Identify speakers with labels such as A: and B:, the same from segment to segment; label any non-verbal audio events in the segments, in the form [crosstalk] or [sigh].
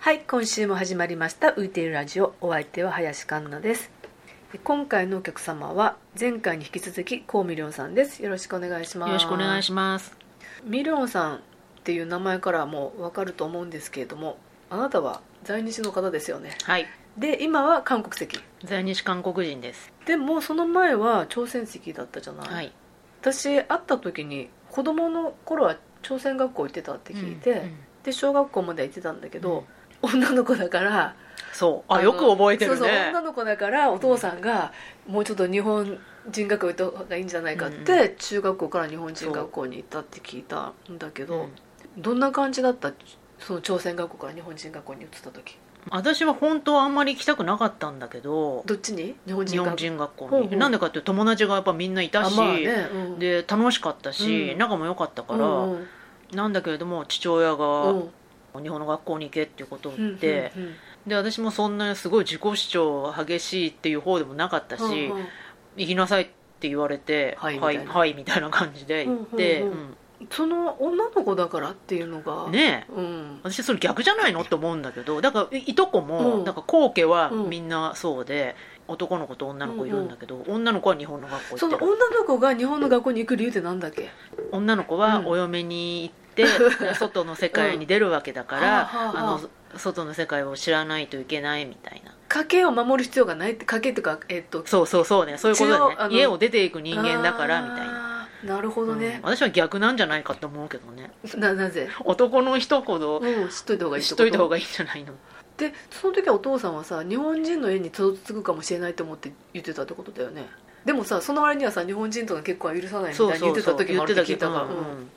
A: はい今週も始まりました浮いているラジオお相手は林環奈です今回のお客様は前回に引き続きコウミリョンさんですよろしくお願いします
B: よろしくお願いします
A: ミリョンさんっていう名前からもうわかると思うんですけれどもあなたは在日の方ですよね
B: はい
A: で今は韓国籍
B: 在日韓国人です
A: でもその前は朝鮮籍だったじゃない、
B: はい
A: 私会った時に子供の頃は朝鮮学校行ってたって聞いて、
B: うんうん
A: で小学校までは行ってたんだけど、女の子だから
B: そう
A: あ
B: あ
A: の
B: よく覚えてるね
A: そうそう女の子だからお父さんがもうちょっと日本人学校行った方がいいんじゃないかって、
B: うん
A: 中学校から日本人学校に行ったって聞いたんだけ
B: う
A: ど
B: ん、
A: どんな感じだったその朝鮮学校から日本人学校に移った時
B: 私は本当はあんまり行きたくなかったんだけど
A: どっちに日本
B: 日
A: 人
B: 本
A: 学校
B: 人学校に
A: ほうほう
B: なんでかっていうと友達がやっぱみんないたし、
A: あまあね、うん、
B: で楽しかったし、
A: うん
B: 仲も良かったか
A: う
B: ら、
A: んうん
B: なんだけれども父親
A: う
B: が
A: ん
B: 日本の学校に行けっていうことを
A: うんう
B: 言
A: ん
B: って、で私もそんなすごい自己主張激しいっていう方でもなかったし、
A: うんうん
B: 行きなさいって言われて
A: はい
B: は
A: みた
B: い
A: いな
B: はいみたいな感じで行って、
A: うんうんうんその女の子だからっていうのが
B: うんねえ
A: うん
B: 私それ逆じゃないのって思うんだけどだからいいとこも、
A: うん
B: なんか後家は
A: うん
B: みんなそうで、男の子と女の子いるんだけど、女の子は日本の学校
A: そ
B: 行
A: の
B: ってる
A: 女の子が日本の学校に行く理由ってなんだっけ
B: 女の子
A: うん
B: はお嫁に
A: [laughs]
B: 行って、外の世界に出るわけだから、
A: うんはあはあはあ
B: あの外の世界を知らないといけないみたいな
A: 家計を守る必要がないって家計とかえっと
B: そうそうそうねそういうことだ
A: 一応あ
B: ね
A: の
B: 家を出ていく人間だからみたいな。
A: ななるほどね
B: うん、私は逆なんじゃないかと思うけどね
A: ななぜ
B: 男の一言
A: うん知っといた方がいい
B: 知っといた方
A: が
B: がいいんじゃないの
A: でその時はお父さんはさ日本人の家に嫁ぐかもしれないと思って言ってたってことだよねでもさその割にはさ日本人との結婚は許さないみたいに言ってた時もあるって聞いたから
B: 言ってたけど
A: うん
B: うん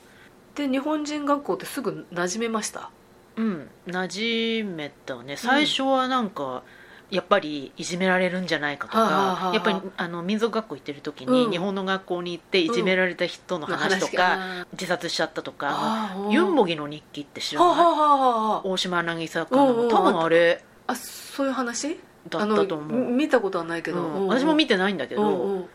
A: で日本人学校ってすぐ馴染めました
B: うん馴染めたね最初はなんか、やっぱりいじめられるんじゃないかとか、
A: はあはあはあ
B: やっぱりあの民族学校行ってる時
A: う
B: に
A: ん
B: 日本の学校に行っていじめられた人の話とか、自殺しちゃったとか、
A: あー
B: ユンボギの日記って知ら
A: はあ
B: ない、
A: はあはあはあ
B: 大島渚かの、
A: うんうん
B: 多分あれ
A: あそういう話
B: だったと思
A: あのみ
B: う、
A: 見たことはないけど、
B: うん私も見てないんだ
A: て
B: けど、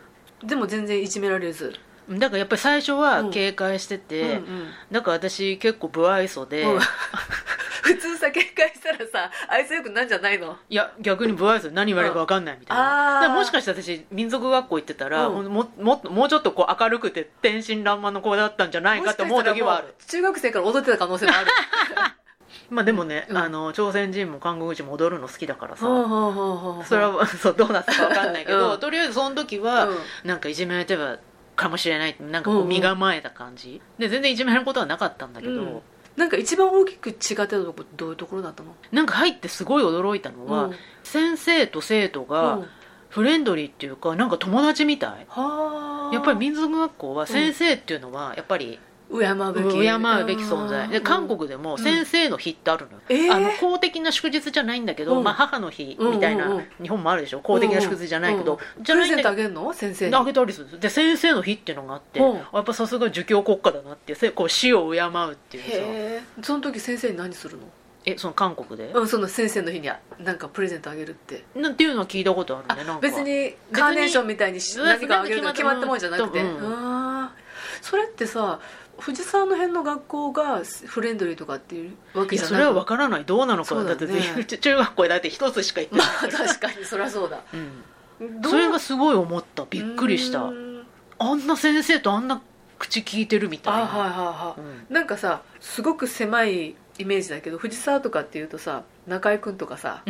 A: でも全然いじめられず、
B: だからやっぱり最初
A: うん
B: は警戒してて、
A: うんうん
B: だから私結構不愛想で、
A: うん普通さ警戒したらさ愛想よくなんじゃないの
B: いや逆に不愛想で何言われるか分かんないみたい
A: うんあー
B: な、だからもしかして私民族学校行ってたら、
A: うん
B: もももうちょっとこう明るくて天真爛漫の子だったんじゃないかって思う時はあ
A: も
B: る
A: しかしたらもう中学生から踊ってた可能性もある
B: まあでもね、
A: うん
B: あの朝鮮人も韓国人も踊るの好きだからさ、
A: ほうほうほうほう
B: [laughs] それは [laughs] そうどうなったか分かんないけど、
A: うん
B: とりあえずその時
A: う
B: は、
A: ん
B: なんかいじめられてはかもしれないなんか
A: う
B: こ
A: んう
B: うん身構えた感じ、で全然いじめられることはなかったんだけど、
A: うんなんか一番大きく違ってたとこどういうところだったの
B: なんか入ってすごい驚いたのは、
A: うん
B: 先生と生徒
A: うん
B: が
A: は
B: フレンドリーっていうかなんか友達みたい
A: あ
B: やっぱり民族学校は先生っていうのはやっぱり
A: 敬う
B: 敬
A: べき
B: うべき存在で韓国でも先生の日ってあるのよ、
A: えー
B: あの公的な祝日じゃないんだけど、
A: うん
B: まあ、母の日みたいな、
A: うんうんうん
B: 日本もあるでしょ公的な祝日じゃないけど、じ
A: プ
B: ゃな
A: レ
B: い
A: ゼ
B: ん
A: ントあ
B: だ
A: げるの先生
B: け
A: に
B: どあげたりするんですよで先生の日っていうのがあって、
A: うん
B: やっぱさすが儒教国家だなってせこう死を敬うっていうさ
A: へえその時先生に何するの
B: えその韓国で、
A: うんその先生の日になんかプレゼントあげるって
B: なんていうのは聞いたことあるねなん
A: あ
B: か
A: 別にカーネーションみたいにし
B: 別に
A: 何かあげるの決まったもんじゃなくて、
B: うん
A: あーそれってさ藤沢の辺の学校がフレンドリーとかっていうわ
B: い
A: け
B: や
A: じゃ
B: そ
A: ない
B: れは分からないどうなのか
A: そうだ
B: だ
A: よ
B: って
A: ね
B: 中学校だって一つしか行って
A: ま
B: ない
A: あ
B: か
A: [laughs]
B: ら
A: 確かにそりゃそうだ
B: うん
A: どう
B: それがすごい思ったびっくりした
A: うん
B: あんな先生とあんな口聞いてるみ
A: あ
B: たい
A: はい
B: な
A: はいは
B: うん
A: いなんかさすごく狭いイメージだけど藤沢とかっていうとさ中居君とか
B: [laughs]
A: さ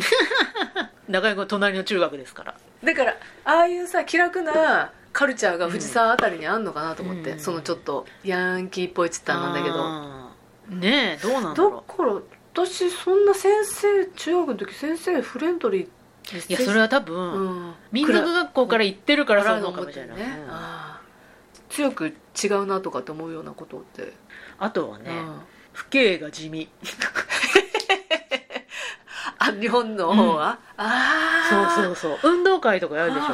B: 中居君隣の中学ですから
A: だからああいうさ気楽なカルチャーが藤沢あたりにあんのかなと思って、
B: うん
A: そのちょっとヤンキーっぽいっつったらなんだけど
B: あーねえどうなんだ
A: だ
B: ろ
A: から私そんな先生中学の時先生フレンドリー
B: ういやそれは多
A: う
B: 分
A: ん
B: 民族学校から行ってるからそうなのかもしれ
A: ね
B: ないうん
A: ああ強く違うなとかって思うようなことって、
B: あとは
A: う
B: ね
A: ん、
B: 父兄が地味
A: あ日本の方は、あ
B: そう
A: あ
B: そうそう運動会とかやるでしょ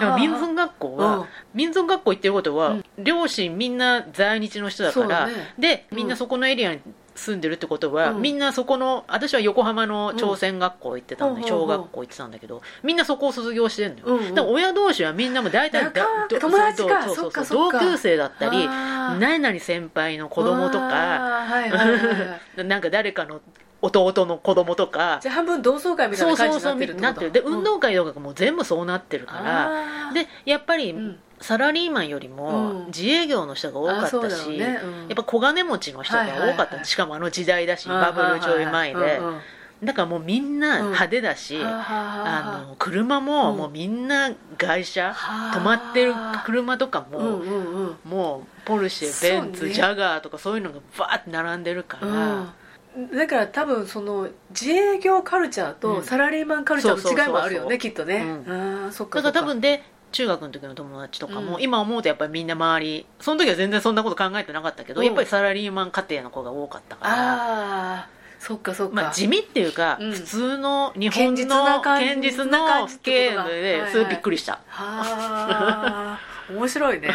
B: でも民族学校
A: うん
B: は民族学校行ってること
A: う
B: は
A: ん
B: 両親みんな在日の人だから
A: そうね
B: で
A: うん
B: みんなそこのエリアに住んでるってことは、
A: うん
B: みんなそこの私は横浜の朝鮮学校行ってたんで、
A: うん
B: 小学校行ってたんだけどみんなそこを卒業してんのよ、
A: うんうん
B: だから親同士はみんなも大体だ
A: 仲
B: ど
A: 友達か
B: そうそうそう
A: そっかそっか
B: 同級生だったり
A: あー
B: 何々先輩の子供とか [laughs]
A: あーはいはいはいはい
B: なんか誰かの弟の子供とか
A: じゃあ半分同窓会みたい
B: そ
A: な
B: う
A: 感
B: そ
A: じ
B: う
A: にな
B: そ
A: っ
B: う
A: てるってこと
B: なってるで運動会とかも全部そうなってるから、
A: あー
B: でやっぱり、
A: うん
B: サラリーマンより
A: うん
B: も自営業の人が多か
A: あ
B: っ
A: そう
B: た
A: だろ
B: し、
A: うねうん
B: やっぱ小金持ちの人が多かった、
A: はいはいはい
B: しかもあの時代だしバブルちょい前で、
A: うんうん
B: だからもうみんな派手だし、
A: はは
B: あの車も
A: うん
B: もうみんな外車、
A: は
B: 止まってる車とかも、
A: うんうんうん
B: もうポルシェベンツ、
A: そうね
B: ジャガーとかそういうのがバーって並んでるから、
A: うんだから多分その自営業カルチャー
B: う
A: と
B: ん
A: サラリーマンカルチャーの違いもあるよね
B: そうそうそうそう
A: きっとね
B: う
A: あーそっか
B: だ
A: そっか
B: から多分で中学の時の友達とかも、
A: うん
B: 今思うとやっぱりみんな周りその時は全然そんなこと考えてなかったけど、
A: うん
B: やっぱりサラリーマン家庭の子が多かったから。
A: ああそっかそっか、
B: まあ、地味っていうか、
A: うん
B: 普通の日
A: 堅
B: 本の
A: 実な感じ
B: 堅実
A: な感
B: の
A: じっ
B: ス
A: て
B: ケ
A: ことだ
B: ール
A: はいは
B: で
A: い
B: すごいびっくりした、
A: はあ面白い
B: [laughs]
A: ね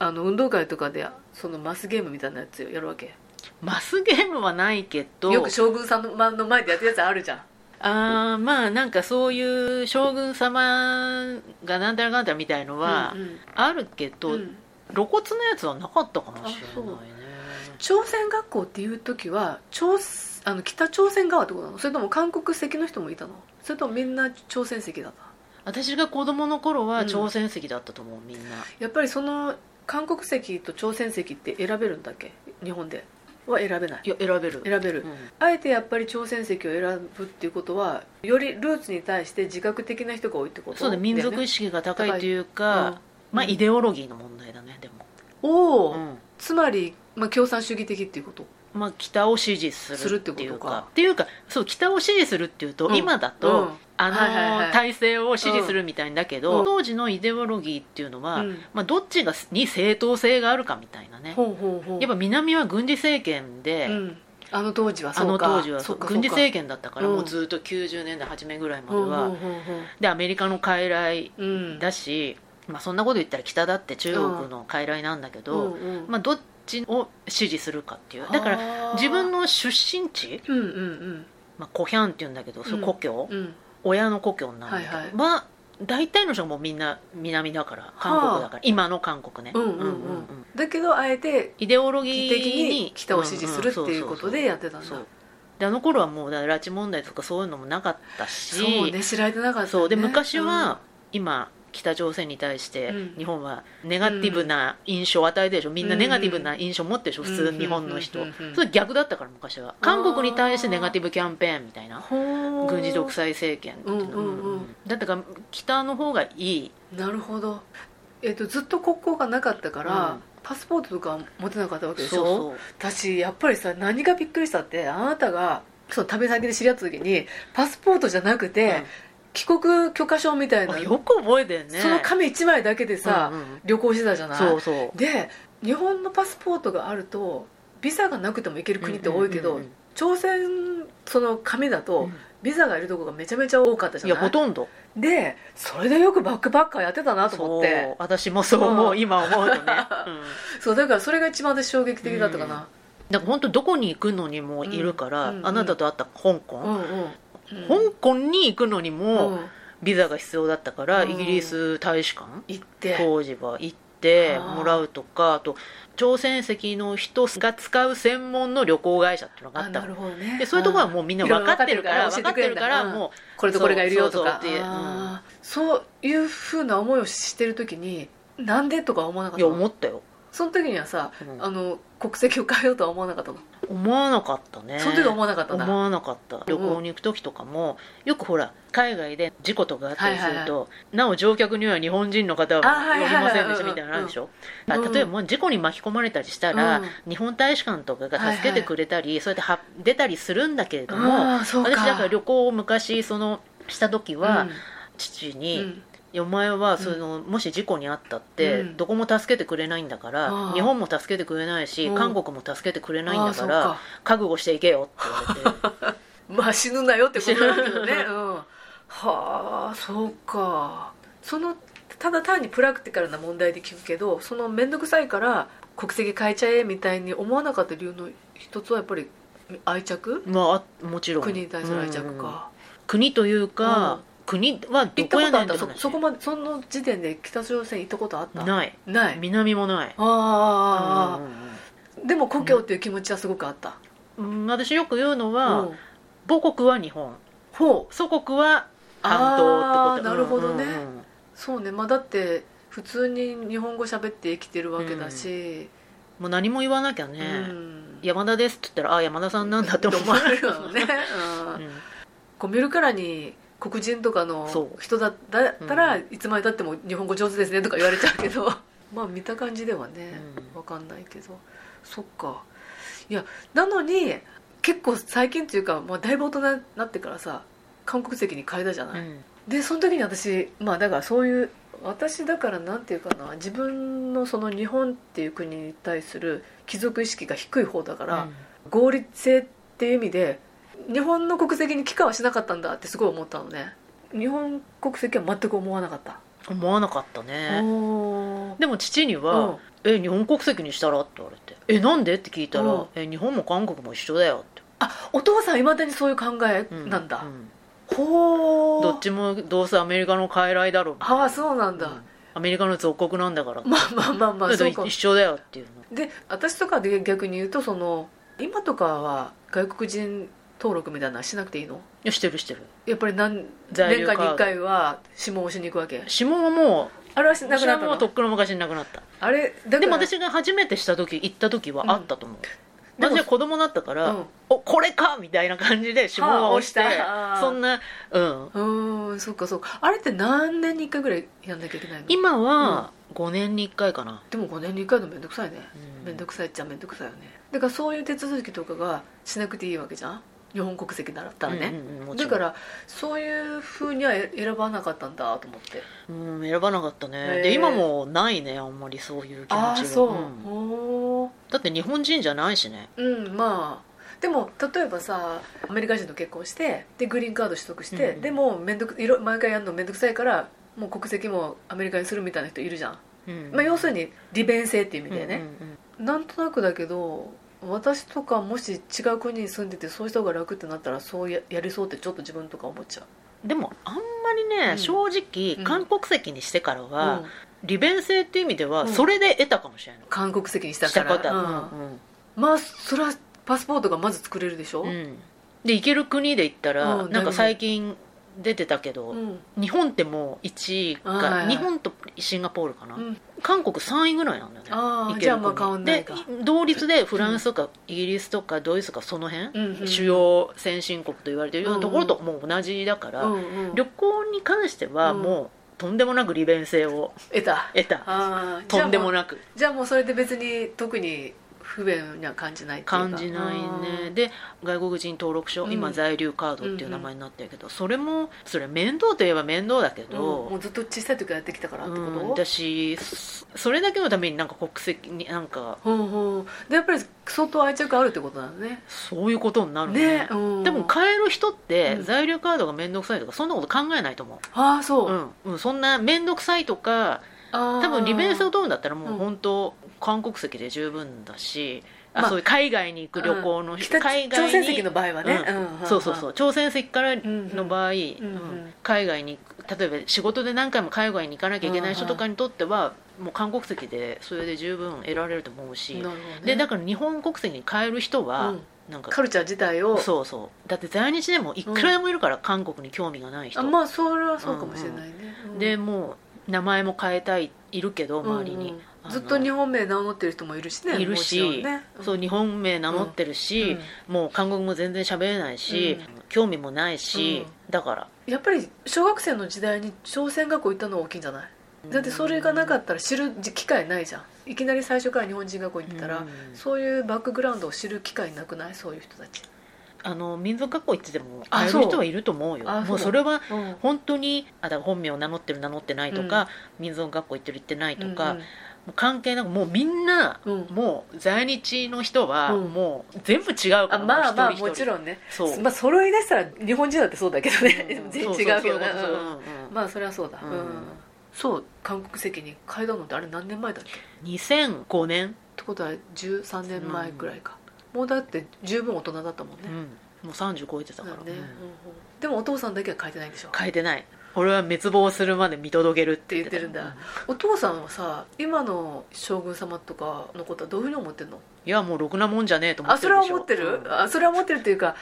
A: あの運動会とかでそのマスゲームみたいなやつやるわけ
B: マスゲームはないけど
A: よく将軍さんのの前でやってるやつあるじゃん
B: あーまあなんかそういう将軍様がなんたらかんたらみたいのは
A: うんうん
B: あるけど、
A: うん
B: 露骨なやつはなかったかもし
A: あそ
B: れ
A: う
B: ないね
A: 朝鮮学校っていう時は朝あの北朝鮮側ってことなのそれとも韓国籍の人もいたのそれともみんな朝鮮籍だった
B: 私が子供の頃
A: う
B: は
A: ん
B: 朝鮮席だったと思うみんな
A: やっぱりその韓国籍と朝鮮籍って選べるんだっけ日本では選べない
B: いや選べる
A: 選べる、
B: うん
A: あえてやっぱり朝鮮籍を選ぶっていうことはよりルーツに対して自覚的な人が多いってこと
B: そうだ民族
A: よ
B: 意
A: ね
B: 識が高いとい
A: 高い
B: うか、
A: うん
B: まあ
A: うん
B: イデオロギーの問題だねでも、
A: おお、
B: うん
A: つまり、まあ、共産主義的っていうこと
B: まあ、北を支持す
A: する
B: る
A: っ
B: ってて
A: こと
B: い
A: か
B: うかっていうかそう北を支持するっていうと、
A: うん
B: 今だ
A: う
B: と、
A: ん
B: あの、
A: はいはいはい
B: 体制を支持するみたいだけど、
A: うん
B: 当時のイデオロギーっていうのは、
A: うん
B: まあ、どっちがに正当性があるかみたいなね
A: ほうほうほう
B: やっぱ南は軍事政権で、
A: うん、あの当時は
B: あ
A: そ
B: の
A: うか
B: 当時は
A: そうか
B: 軍事
A: そう
B: 政権だったから、
A: うん
B: もうずっと90年代初めぐらいま
A: か
B: では、
A: ほうほうほうほ
B: でアメリカの傀儡
A: ううん
B: だし、まあ、そんなこと言ったら北だって中国の傀儡なんだけど、
A: うんうん
B: まあ、どっちを支持するかっていうだから
A: ら
B: 自分の出身地、
A: うんうんうん
B: まあ、故郷っていうんだけど、そう
A: うん
B: 故郷、
A: うん
B: 親の故郷になるんだけど、
A: はいはい
B: まあ大体の人はもうみんな南だから韓国だから、今の韓国ね、
A: うんうんうんだけどあえて
B: イデオロギ
A: 的
B: ー
A: に北を支持するって
B: んん
A: いうことでやってたんだ
B: そうそうそうそうであの頃はもうだから拉致問題とかそういうのもなかったし
A: そうね知られてなかったね
B: そうで昔は、今北朝鮮に対して
A: うん
B: 日本はネガティブな印象を与えてるでしょ、みんなネガティブな印象持ってるでしょ、
A: うん
B: 普通日本の人、
A: うんうんうんうん
B: それ逆だったから昔は韓国に対してネガティブキャンペーンみたいな
A: うん
B: 軍事独裁政権っていう
A: う
B: の
A: んうんうん
B: うんだったから北の方がいい
A: なるほど、えっとずっと国交がなかったから、
B: うん
A: パスポートとか持てなかったわけでしょ
B: そう
A: 私やっぱりさ何がびっくりしたってあなたがその旅先で知り合った時にパスポートじゃなくて、帰国許可証みたいな、
B: あよく覚えてんね
A: その紙1枚だけでさ、
B: うんうん
A: 旅行してたじゃない
B: そうそう
A: で日本のパスポートがあるとビザがなくても行ける国って多いけど、
B: うんうんうんうん
A: 朝鮮その紙だと、
B: うん
A: ビザがいるとこがめちゃめちゃ多かったじゃ
B: い
A: な
B: や
A: い
B: ほとんど
A: でそれでよくバックパッカーやってたなと思って
B: そう私もそう思う、
A: うん
B: 今思うとね、うん、だ
A: そうだからそれが一番私衝撃的だったかな、
B: から本当どこに行くのにもいるから、
A: うんうん
B: あなたと会った香港、
A: うんうんうん
B: 香港に行くのに
A: う
B: も
A: ん
B: ビザが必要だったから、
A: うん
B: イギリス大使館
A: 行って
B: 当時は行って
A: あー
B: もらうとかあと朝鮮籍の人が使う専門の旅行会社っていうのがあ
A: あ
B: った
A: な
B: の
A: るほどね
B: でそういうところはもうみんな分かってるから
A: うん
B: 分かってるから
A: 教えてくれんだ
B: も
A: これとこれがいるよとか
B: そうそうそうって
A: あーそういうふうな思いをしてる時になんでとか思わなかっ
B: うい
A: た
B: や
A: の
B: 思ったよ、
A: その時にはさ
B: うん
A: あの国籍を変えようとは思わなかったの、
B: 思わなかったね
A: その時は思わなかった
B: 思
A: な
B: わなかった旅行に行く時とかも、よくほら海外で事故とかあったりすると、
A: はいはい
B: なお乗客には日本人の方
A: あは
B: はい乗
A: はい
B: り
A: はい
B: ませんでしたみたいなのあるでしょ、
A: うん
B: あ
A: うん
B: 例えばもう事故に巻き込まれたりしたら、
A: うん
B: 日本大使館とかが助けてくれたり、そうやっては出たりするんだけれども、
A: あーそうか
B: 私だから旅行を昔そのした時は、
A: うん
B: 父
A: う
B: に、
A: ん
B: お前はその、もし事故にあったって、
A: うん
B: どこも助けてくれないんだから、
A: あー
B: 日本も助けてくれないし、
A: うん
B: 韓国も助けてくれないん
A: あー
B: だ
A: そ
B: か
A: う
B: ら覚悟していけよって言われて。
A: まあ死ぬなよってことなんだけ
B: [laughs]
A: どね、うん、はあそうかそのただ単にプラクティカルな問題で聞くけどその面倒くさいから国籍変えちゃえみたいに思わなかった理由の一つはやっぱり愛着
B: まああもちろん
A: 国に対する愛着
B: うん
A: か、
B: 国というか、
A: うん
B: 国は
A: 行っ
B: ど
A: た
B: こ
A: こ
B: や
A: と
B: ね
A: あ
B: ん
A: っ
B: って
A: た
B: 話
A: そそこまでその時点で北朝鮮行ったことあったい
B: ない
A: ない
B: 南もない
A: ああ、
B: うん
A: でも故郷っていう気持ちはすごくあった、
B: うんうんうん私よく言うのは、
A: うん
B: 母国は日本
A: ほう
B: 祖国は関東ってこと
A: あーなるほどね
B: うんうんうん
A: そうねまあだって普通に日本語喋って生きてるわけだし、
B: もう何も言わなきゃ
A: う
B: ね、
A: ん
B: 山田ですって言ったらああ山田さんなんだって思
A: 思わ
B: わ
A: れ
B: れ
A: る
B: る
A: よね、
B: う
A: うん
B: ん
A: こう見るからに黒人とかの
B: そう
A: 人だだったら、
B: う
A: いつまでたっても日本語上手ですねとか言われちゃうけ
B: [laughs]
A: どまあ見た感じではね、
B: うん
A: わかんないけどそっかいやなのに結構最近っていうか、まあ、だいぶ大人になってからさ韓国籍に変えたじゃない、
B: うん
A: でその時に私まあだからそういう私だからなんていうかな自分のその日本っていう国に対する貴族意識が低い方だから、合理性っていう意味で日本の国籍に帰化はしなかったんだってすごい思ったのね日本国籍は全く思わなかった、
B: 思わなかったね
A: おー
B: でも父に
A: うん
B: は「え日本国籍にしたら?」って言われて「えなんで?」って聞いたら
A: うん
B: 「え日本も韓国も一緒だよ」って、
A: あお父さんいまだにそういう考え
B: う
A: なんだ、
B: う
A: ほー
B: どっちもどうせアメリカの傀儡だろうみたいな
A: ああそうなんだ、
B: うんアメリカの属国なんだから、
A: まあまあまあまあ
B: だ
A: そ
B: け
A: う
B: ど
A: か
B: 一緒だよっていうの
A: で私とかで逆に言うとその今とかは外国人登録みたいなのしなくていいの
B: いやしてるしてる
A: やっぱり何
B: 在
A: 年
B: 留
A: 間に
B: カード
A: 1回は指紋をしに行くわけ
B: 指紋はも
A: あれはし
B: う
A: なく
B: 指
A: なっ
B: 紋
A: た
B: はと
A: の
B: っくの昔になくなった
A: あれだから
B: でも私が初めてした時行った時はあったと思う、
A: でも
B: 私は子供だったから、
A: うん
B: おこれかみたいな感じで指紋は押して、
A: はあ押したあー
B: そんなうん
A: うーんそっかそっかあれって何年に1回ぐらいやんなきゃいけないの
B: 今は5年に1回かな、
A: でも5年に1回のめんどくさいね
B: うん
A: めんどくさいっちゃめんどくさいよねだからそういう手続きとかがしなくていいわけじゃん日本国籍だったらね、
B: うんうんうんもち
A: だ
B: ろ
A: か
B: ん
A: らそういうふうには選ばなかったんだと思って
B: うん選ばなかったね、
A: へー
B: で今もないねあんまりそういう気持ちが
A: ああそう、
B: うん
A: ほ
B: だって日本人じゃないしね
A: ーうんまあでも例えばさアメリカ人と結婚してでグリーンカード取得して、
B: うん
A: でもめんどくいろ毎回やるのめんどくさいからもう国籍もアメリカにするみたいな人いるじゃん、
B: うん
A: まあ、要するに利便性っていう意味でね、
B: うんうんうん
A: なんとなくだけど私とかもし違う国に住んでてそうした方が楽ってなったらそうややりそうってちょっと自分とか思っちゃう
B: でもあんまりね、
A: うん
B: 正直、
A: うん
B: 韓国籍にしてからは、
A: うん
B: 利便性っていう意味では、
A: うん
B: それで得たかもしれない
A: 韓国籍にした
B: し
A: か
B: た
A: ら
B: 方
A: うん
B: うん
A: まあそれはパスポートがまず作れるでしょ、
B: うんうんで行ける国で行ったら、
A: うん
B: なんか最近出てたけど、
A: うん
B: 日本ってもう1位
A: はいは
B: が
A: い
B: 日本とシンガポールかな、
A: うん
B: 韓国3位ぐらいなんだよね
A: あ
B: 行
A: あ
B: け
A: じゃ
B: る
A: あ
B: 国
A: まあ変わんないか
B: で同率でフランスとかイギリスとかドイツとかその辺、
A: うんうん
B: 主要先進国と言われてるようなところともう同じだから、
A: うんうん
B: 旅行に関しては
A: うん
B: もうとんでもなく利便性を
A: 得た
B: 得た、
A: あーじゃあ
B: とんでも
A: い
B: なく
A: じゃあもうそれで別に特に不便には感じないっていうか
B: 感じないねで外国人登録証、
A: うん
B: 今在留カードっていう名前になってるけど、それもそれ面倒といえば面倒だけ
A: あーうんも
B: ど、
A: うずっと小さい時からやってきたから
B: う
A: って
B: ん
A: こと、
B: だしそそれだけのためになんか国籍になんか
A: うんうんでやっぱり相当愛着あるってことなのね
B: そういうことになるね
A: ね、うん、
B: でも買える人って
A: うん
B: 在留カードが面倒くさいとかそんなこと考えないと思、
A: ああそうう、
B: うんうん、そんな面倒くさいとか
A: あー
B: 多分利便性を取るんだったらも
A: うん
B: う本当韓国籍で十分だし、
A: ま
B: あ、
A: あ
B: そういう海外に行く旅行の
A: 北
B: 海
A: 朝
B: 外
A: 鮮
B: に
A: 籍の場合はね、
B: うん
A: ん
B: そうそうそう朝鮮籍からの場合、
A: んうん
B: うん海外に例えば仕事で何回も海外に行かなきゃいけない人とかにとっては、もう韓国籍でそれで十分得られると思うし、
A: なるほどね
B: でだから日本国籍に変える人は、
A: うん
B: なんか
A: カルチャー自体を
B: そうそうだって在日でもいくらでもいるから、韓国に興味がない人、
A: あまあそれはそうかもしれないね、うん
B: でもう名前も変えたいいるけど周りに、
A: うんうん
B: あの
A: ずっと日本名名乗ってる人もいるしね
B: いるし
A: もちろんね
B: そう日本名名乗ってるし、もう韓国語全然喋れないし、興味もないし、だから
A: うんやっぱり小学生の時代に朝鮮学校行ったのは大きいんじゃないだってそれがなかったら知る機会ないじゃんいきなり最初から日本人学校に行ったら、
B: うん
A: そういうバックグラウンドを知る機会なくないそういう人たち、
B: あの民族学校行ってても
A: あ
B: 会え
A: そう
B: る人はいると思うよ
A: あ
B: もう
A: そう
B: それは本当にあだから本名を名乗ってる名乗ってないとか、民族学校行ってる行ってないとか、
A: うん
B: もう関係なくもうみんな、
A: うん
B: もう在日の人は、
A: うん
B: もう全部違うか
A: あ
B: ら
A: まあまあ
B: 一人一人
A: もちろんね
B: そう、
A: まあそれを言い出したら日本人だってそうだけどね、
B: う
A: [laughs]
B: ん
A: 全然違うけどね
B: そそそういう
A: うん
B: ことそううんうん
A: まあそれはそうだ、
B: うん
A: うんそう韓国籍に変えたのってあれ何年前だっけっ
B: 2005年、
A: てことは13年前くらいか、もうだって十分大人だったもんね、
B: うんもう30超えてたから、
A: だね、
B: うん
A: うんうんでもお父さんだけは変えてないんでしょ
B: 変えてない俺は滅亡するまで見届けるっ
A: って
B: て
A: 言ってるんだ、お父さんはさ今の将軍様とかのことはどういうふうに思ってるの
B: いやもうろくなもんじゃねえと思
A: あ
B: って
A: そ
B: る
A: れ
B: でしょ
A: は思ってる、あそれは思ってるっていうか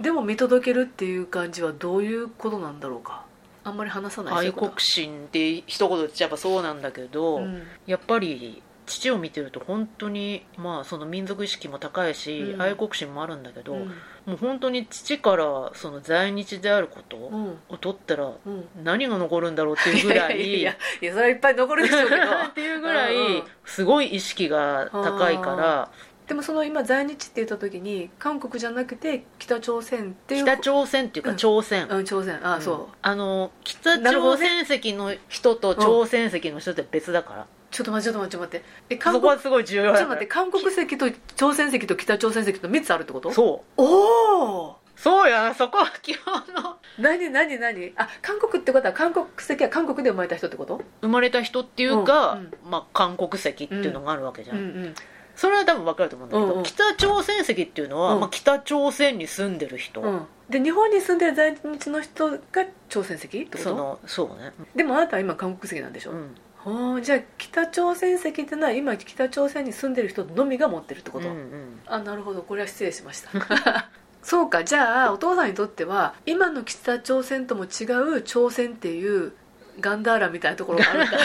A: でも見届けるっていう感じはどういうことなんだろうかあんまり話さない
B: 愛国心って一言で言っちゃえばそうなんだけど、
A: そういうことうん
B: やっぱり父を見てると本当にまあその民族意識も高いし、
A: うん
B: 愛国心もあるんだけど、
A: うん
B: もう本当に父からその在日であること
A: うん
B: を取ったら
A: うん
B: 何が残るんだろうっていうぐらい
A: [laughs] いやいやいやそれはいっぱい残るでしょう
B: [laughs]
A: けど
B: っていうぐらい
A: うんうん
B: すごい意識が高いから
A: でもその今在日って言った時に韓国じゃなくて北朝鮮っていう
B: 北朝鮮っていう
A: う
B: か
A: ん
B: 朝鮮、
A: うん朝鮮ああ、
B: うん
A: そう
B: あの北
A: なるほど
B: 朝
A: ね
B: 鮮籍の人と朝鮮籍の人って別だから、
A: ちょっと待ってちょっと待ってちょっと待ってえ韓
B: そ
A: 国
B: こはすごい重要
A: ちょっ
B: だ
A: と
B: か
A: 待っ
B: ら [laughs]
A: て韓国籍と朝鮮籍と北朝鮮籍と3つあるってこと
B: そ
A: おお
B: うそうやそこは基本の
A: 何何何あ韓国ってことは韓国籍は韓国で生まれた人ってこと
B: 生まれた人っていうか、
A: うん
B: まあ、韓国籍っていうのがあるわけじゃん、
A: ん
B: それは多分分かると思うんだけど、
A: うんうん
B: 北朝鮮籍っていうのは、
A: うん
B: まあ、北朝鮮に住んでる人、
A: うんで日本に住んでる在日の人が朝鮮籍ってこ
B: そ
A: と
B: のそうね、
A: でもあなたは今韓国籍なんでしょ、
B: うん
A: ほうじゃあ北朝鮮籍ってのは今北朝鮮に住んでる人のみが持ってるってこと、
B: うんうん
A: あなるほどこれは失礼しました [laughs] そうかじゃあお父さんにとっては今の北朝鮮とも違う朝鮮っていうガンダーラみたいなところがあるから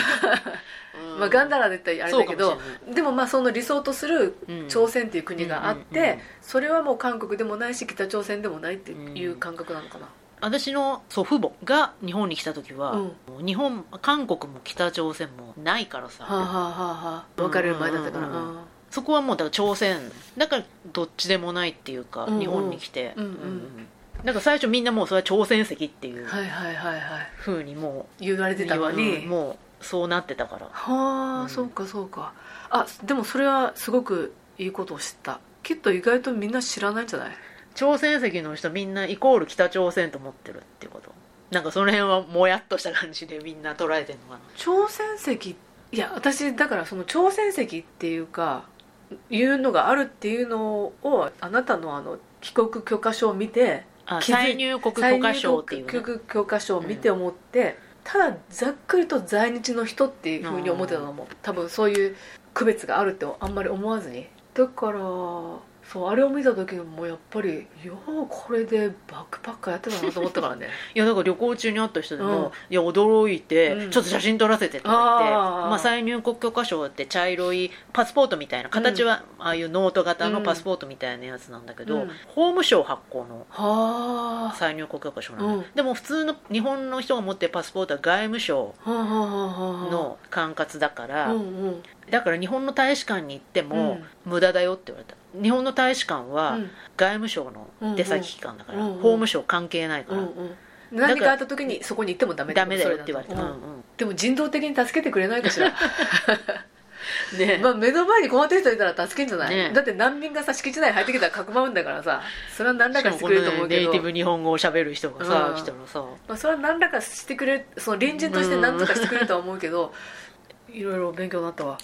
A: まあガンダーラで言ったらあれだけ
B: そ
A: ど
B: うかもしれ
A: でもまあその理想とする
B: ないうん
A: 朝鮮っていう国があっ
B: うんうんうんう
A: て
B: ん
A: それはもう韓国でもないし北朝鮮でもないっていう感覚なのかな、
B: 私の祖父母が日本に来た時は、
A: うんは
B: 日本韓国も北朝鮮もないからさ、
A: あ、はあはあはあ、別れる前だったから、
B: うんうんうんそこはもうだから朝鮮だからどっちでもないっていうか、
A: うんうん
B: 日本に来て、
A: うんうん
B: なんか最初みんなもうそれは朝鮮籍っていう
A: はいはいはいはい
B: ふうにも
A: 言われ
B: う
A: てたのに、
B: うんもうそうなってたから
A: はあ、
B: うん
A: そうかそうかあでもそれはすごくいいことを知ったきっと意外とみんな知らないんじゃない
B: 朝鮮籍の人みんなイコール北朝鮮と思ってるっていうことなんかその辺はもやっとした感じでみんな捉えてるのか
A: 朝鮮籍いや私だからその朝鮮籍っていうかいうのがあるっていうのをあなたのあの帰国許可証を見て
B: なあ
A: 気づい
B: 再入国許可証っていうね
A: 再入国許可証を見て思って、ただざっくりと在日の人っていうふうに思ってたのも多分そういう区別があるってあんまり思わずにだからそうあれを見た時もやっぱりようこれでバックパッカーやってたなと思ったからね
B: [laughs] いやだから旅行中に会った人でも、
A: うん
B: いや驚いて、
A: うん
B: ちょっと写真撮らせてって言って
A: あー
B: まあ、再入国許可証って茶色いパスポートみたいな形は、ああいうノート型のパスポートみたいなやつなんだけど、
A: うん
B: 法務省発行の
A: はあ
B: 再入国許可証なんだ、
A: うん
B: でも普通の日本の人が持ってるパスポートは外務
A: は
B: 省
A: あはあはあはあ
B: の管轄だから、
A: うんうん
B: だから日本の大使館に行っても無駄だよって言われた日本の大使館
A: う
B: は
A: ん
B: 外務省の出先機関だから、
A: うんうん
B: 法務省関係ない
A: う
B: から、
A: んうん何かあった時にそこに行ってもダメ
B: ダメだよって言われ
A: て
B: た、うんうん
A: でも人道的に助けてくれないかし
B: [laughs]
A: ら
B: ね
A: まあ、目の前に困ってる人いたら助けんじゃない、
B: ねえ
A: だって難民がさ敷地内入ってきたらかくまうんだからさそれは何ら
B: しか
A: か
B: も
A: して
B: こ
A: くれると
B: の
A: 思う
B: ネ
A: け
B: イ
A: ど
B: ティブ日本語を喋る人がさ、
A: うん
B: 来たらさ
A: まあ、それは何らかしてくれるその隣人として何とかしてくれるとは思うけどいろいろ勉強になったわ、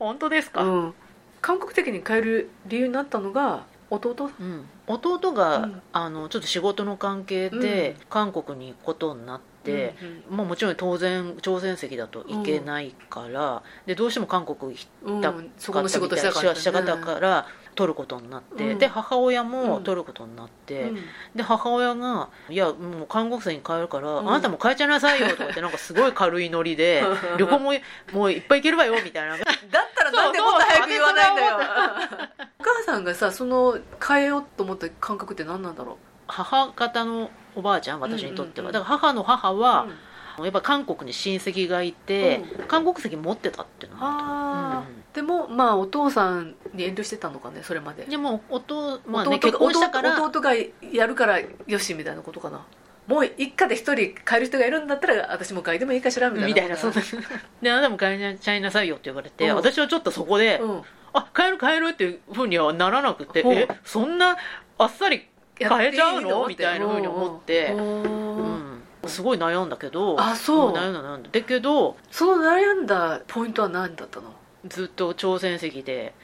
B: 本当ですか、
A: うん、韓国的に変える理由になったのが弟
B: うん弟が、
A: うん
B: あのちょっと仕事の関係で韓国に行くことになって、、まあ、もちろん当然朝鮮籍だといけないから、でどうしても韓国行
A: うんうん
B: だ
A: うんそこの仕事
B: み
A: したたかっ
B: いし
A: た
B: たしたかったから取ることになって、
A: うん
B: で母親も
A: うん
B: 取ることになって、
A: うん
B: で母親が「いやもう韓国籍に変えるから、
A: うん
B: あなたも変えちゃいなさいよ」とか言ってなんかすごい軽いノリで旅行ももういっぱい行ければよみたいな
A: だったらなんでもっと早く言わないんだよお母さんがさその変えようと思った感覚って何なんだろ
B: 母方のおばあちゃん私にとっては、
A: うんうんうん
B: だから母の母
A: う
B: は
A: うん、
B: やっぱ韓国に親戚がいて、韓国籍持ってたっていうのが
A: ああ、
B: うん
A: でもまあお父さんに遠慮してたのかねそれまで
B: でもお父、まあ
A: 弟が
B: ね、結婚したから
A: 弟弟がやるからよしみたいなことかなもう一家で一人変える人がいるんだったら私も変えてもいいかしらみたいな
B: みたい
A: [laughs]
B: なそんなであなたも変えちゃいなさいよって言われて、
A: うん
B: 私はちょっとそこで、
A: うん
B: あ変える変えるっていうふうにはならなくて、
A: うん
B: えそんなあっさり [laughs] 変えちゃう
A: やっ
B: の
A: てい
B: み
A: いと
B: たいなふうに思って、
A: う
B: うん
A: んうん
B: すごい悩んだけど
A: あそう
B: 悩んだ悩んだだけど
A: その悩んだポイントは何だったの
B: ずっと朝鮮籍で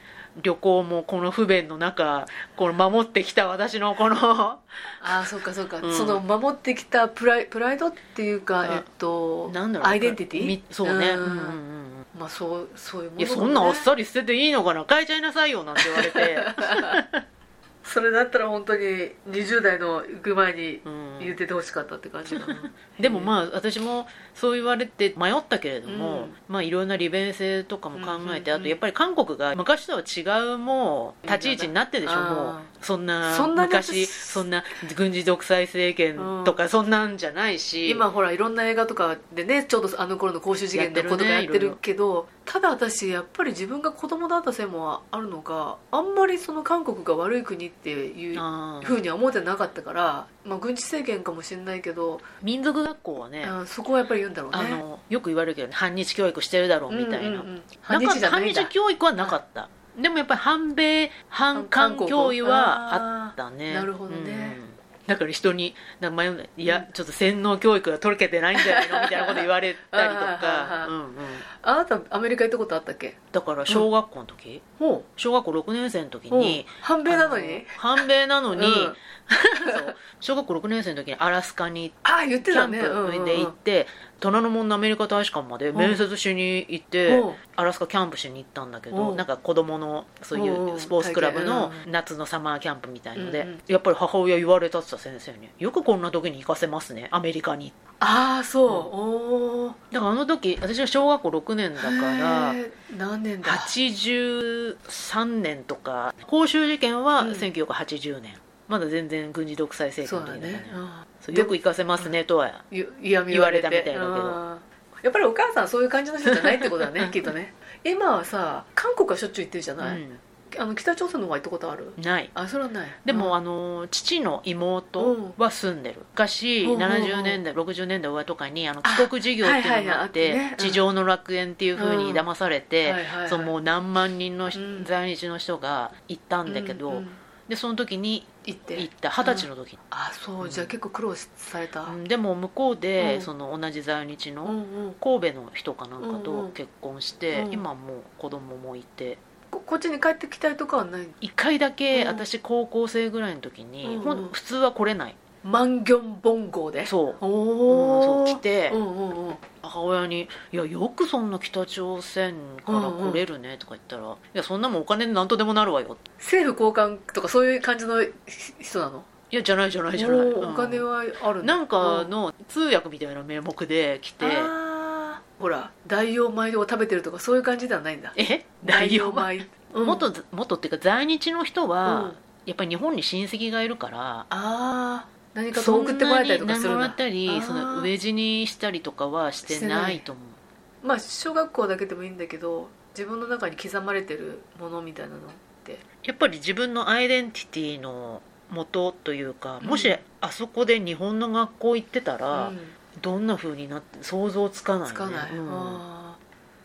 B: 旅行もこの不便の中この守ってきた私のこの
A: ああそうかそうか、
B: うん
A: その守ってきたプライプライドっていうか
B: あ
A: えっと
B: なんだろう
A: アイデンティティ
B: みそうね、
A: ん
B: うんうんうん
A: まあそうそういうもの
B: いやそんなあっさり捨てていいのかな変えちゃいなさいよなんて言われて
A: それだったら本当に20代の行く前に
B: うん
A: 言っててほしかったって感じだな
B: でもまあ私もそう言われて迷ったけれども、
A: うん
B: まあいろんな利便性とかも考えて、
A: うんうんうん
B: あとやっぱり韓国が昔とは違うもう立ち位置になってるでしょ
A: うん
B: もうそんな
A: そんなに
B: 昔
A: 私
B: そんな軍事独裁政権とかそんなんじゃない
A: [laughs]
B: し、
A: 今ほらいろんな映画とかでねちょうどあの頃の公衆事件のことがや
B: やっ
A: ってて
B: るね
A: るけどただ私やっぱり自分が子供だったせいもあるのかあんまりその韓国が悪い国っていう
B: あー
A: ふうには思ってなかったから、まあ、軍事政権かもしれないけど、
B: 民族学校はね、
A: うんそこはやっぱり言うんだろうね
B: あのよく言われるけどね反日教育してるだろうみた
A: う
B: いな、
A: んうんうん
B: な
A: 反
B: んか
A: 日じゃないんだ
B: 反日教育はなかった、でもやっぱり反米反韓教育はあったね
A: あーなるほどね
B: うんだから人にだから迷うんだいや、ちょっと洗脳教育が取れてないんじゃないのみたいなこと言われたりとか
A: [laughs] あーはーはーはー
B: うんうん
A: あなたアメリカ行ったことあったっけ
B: だから小学校の時、
A: ほう
B: 小学校6年生の時
A: ほう
B: に
A: 反米なの
B: あの
A: に
B: 反米なのに、 [laughs]
A: うん
B: そう小学校6年生の時にアラスカに行って
A: ああ言って
B: キャ
A: た
B: ン
A: ね
B: プで行って虎ノ門のアメリカ大使館まで面接しに行って、
A: うんうんうん
B: アラスカキャンプしに行ったんだけど、
A: うん
B: なんか子供のそうい
A: うんう
B: うんスポーツクラブの
A: 体験
B: 夏のサマーキャンプみたいので、
A: うんうん
B: やっぱり母親言われたってた先生によくこんな時に行かせますねアメリカに
A: ああそう、おお
B: だからあの時私は小学校6年だから
A: へー何年だ
B: 83年とか公衆事件は
A: うん
B: 1980年、まだ全然軍事独裁
A: そ
B: 政
A: う
B: 権
A: だ
B: の時だから
A: ね
B: ね、そうよく行かせますねとは
A: うん、い嫌み言われて
B: 言われたみたいだけど
A: うんやっぱりお母さんはそういう感じの人じゃないってことだね [laughs] きっとね今はさ韓国はしょっちゅう行ってるじゃない、あの北朝鮮の方は行ったことある
B: うんない
A: あそれはない
B: で
A: う
B: も、
A: ん
B: あの父の妹は住んでる
A: う
B: 昔、
A: んうんうん
B: 70年代60年代上とかにあの帰国事業っていうのがあっ
A: は
B: て、
A: いはいはいあってねうん
B: 地上の楽園っていうふうに騙されて、
A: はいはいはい
B: そのもう何万人の、
A: ん
B: 在日の人が行ったんだけど、
A: うんうん
B: でその時に
A: 行って
B: 行った二十歳の時に、
A: あそう、じゃあ結構苦労された、
B: うんでも向こうで、
A: うん
B: その同じ在日
A: うん
B: の
A: うん
B: 神戸の人かなんか
A: うん
B: と
A: うん
B: 結婚して、
A: うん
B: 今もう子供もいて
A: ここっちに帰ってきたりとかはない
B: 1回だけ
A: うん
B: 私高校生ぐらいの時に、
A: うんうん
B: ほん普通は来れない
A: マンギョンボン号で
B: そ
A: お
B: ううんそ
A: お、
B: う来て、
A: うんうんうん
B: 母親に「いやよくそんな北朝鮮から来れるね」とか言ったら「いやそんなもんお金で何とでもなるわよ」
A: 政府交換とかそういう感じのひ人なの
B: いやじゃないじゃないじゃない」
A: お
B: う
A: ーお金はある
B: なんか
A: の
B: の通訳みたいな名目で来て
A: あーほら大王米を食べてるとかそういう感じではないんだ
B: 「え大洋米
A: 米、う」ん
B: もっともっとっていうか在日の人
A: う
B: は
A: ん
B: やっぱり日本に親戚がいるから
A: ああ何か
B: そ
A: と
B: んな
A: 送っ
B: に
A: てもらえたりとかす
B: 何
A: る
B: も
A: ん
B: ら
A: だ
B: ったりそ
A: あ
B: の
A: ー
B: 飢え死にしたりとかはしてないと思う
A: まあ小学校だけでもいいんだけど自分の中に刻まれてるものみたいなのって
B: やっぱり自分のアイデンティティの元というか
A: うん
B: もしあそこで日本の学校行ってたら、
A: うん
B: どんな風になって想像つかない、ね、
A: つかない、
B: うん
A: あ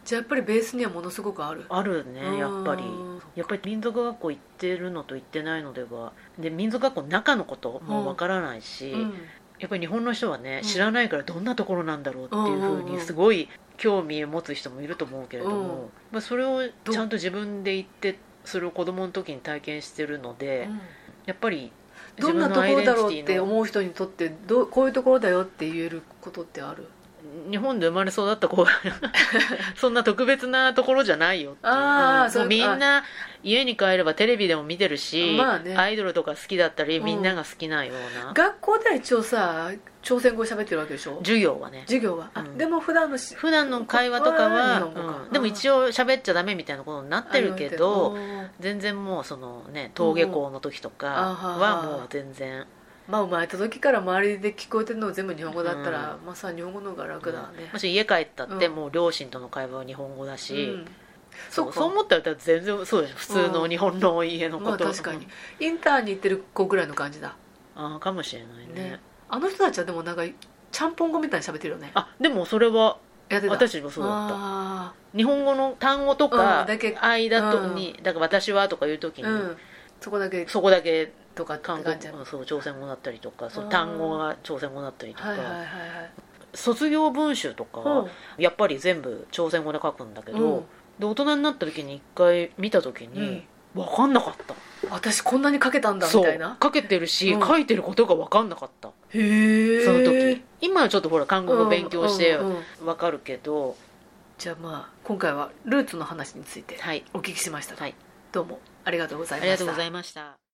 A: ーじゃあやっぱりベースにはものすごくある
B: あるねやっぱり
A: うん
B: やっぱり民族学校行ってるのと行ってないのではで民族学校の中のこともわからないし、
A: うん
B: やっぱり日本の人はね
A: うん
B: 知らないからどんなところなんだろうっていう風
A: うんうんう
B: に
A: ん
B: すごい興味を持つ人もいると思うけれども、
A: うん
B: まあ、それをちゃんと自分で行ってそれを子供の時に体験してるので、
A: うん
B: やっぱり
A: ど
B: 自
A: んな
B: 分
A: と
B: の
A: こ
B: ア
A: ろ
B: イデンテ
A: だ
B: ィ
A: ろ
B: テ
A: うっ
B: ィ
A: て
B: の
A: 思う人にとってどうこういうところだよって言えることってある
B: 日本で生まれ育った
A: [laughs]
B: 子はそんな特別なところじゃないよっていう
A: あー
B: うん
A: そう
B: もうみんな家に帰ればテレビでも見てるし、
A: まあね
B: アイドルとか好きだったり
A: うん
B: みんなが好きなような、
A: 学校では一応さ朝鮮語喋ってるわけでしょ
B: 授業はね
A: 授業は、あ
B: うん
A: でも普段のし
B: 普段の会話と
A: こ
B: かは、
A: こは日本語か
B: うんでも一応喋っちゃダメみたいなことになってるけ
A: あ
B: ど
A: のうん
B: 全然もうそのね登下校の時とか
A: うん
B: はもう全然
A: まあ生まれた時から周りで聞こえてるのを全部日本語だったら、まあさ日本語の方が楽だね
B: も、し家帰ったって
A: うん
B: もう両親との会話は日本語だ
A: うん
B: し、
A: そ
B: そううそう思ったら全然そうです普通の日本の家の
A: ま
B: こ
A: あ
B: と、
A: 確かにインターンに行ってる子ぐらいの感じだ
B: あーかもしれないね
A: ねあの人たちはでもなんかちゃんぽん語みたいに喋ってるよね
B: あでもそれは
A: やってた
B: 私もそうだった
A: あ
B: 日本語の単語と
A: う
B: か
A: んだけ
B: 間とに、だから私はとかいう時
A: ー
B: に、
A: うんそこだけ
B: そこだけ
A: とかって
B: 韓
A: 感
B: 国
A: じだ
B: そう朝鮮語だったりとかそううん単語が朝鮮語だったりとか、
A: はいはいはいはい
B: 卒業文集とかは、やっぱり全部朝鮮語で書くんだけど、
A: うん
B: で大人になった時に一回見た時に、分かんなかった
A: 私こんなにかけたんだみ
B: そ
A: た
B: う
A: いな
B: 書けてるし、
A: うん
B: 書いてることが分かんなかった
A: へえ
B: その時今はちょっとほら韓国語勉強して
A: うんうんうん
B: 分かるけど、
A: じゃあまあ今回はルーツの話について
B: はい
A: お聞きしましたが、
B: はい
A: どうもありがとうござい
B: あ
A: ま
B: りが
A: し
B: とう
A: た
B: ございました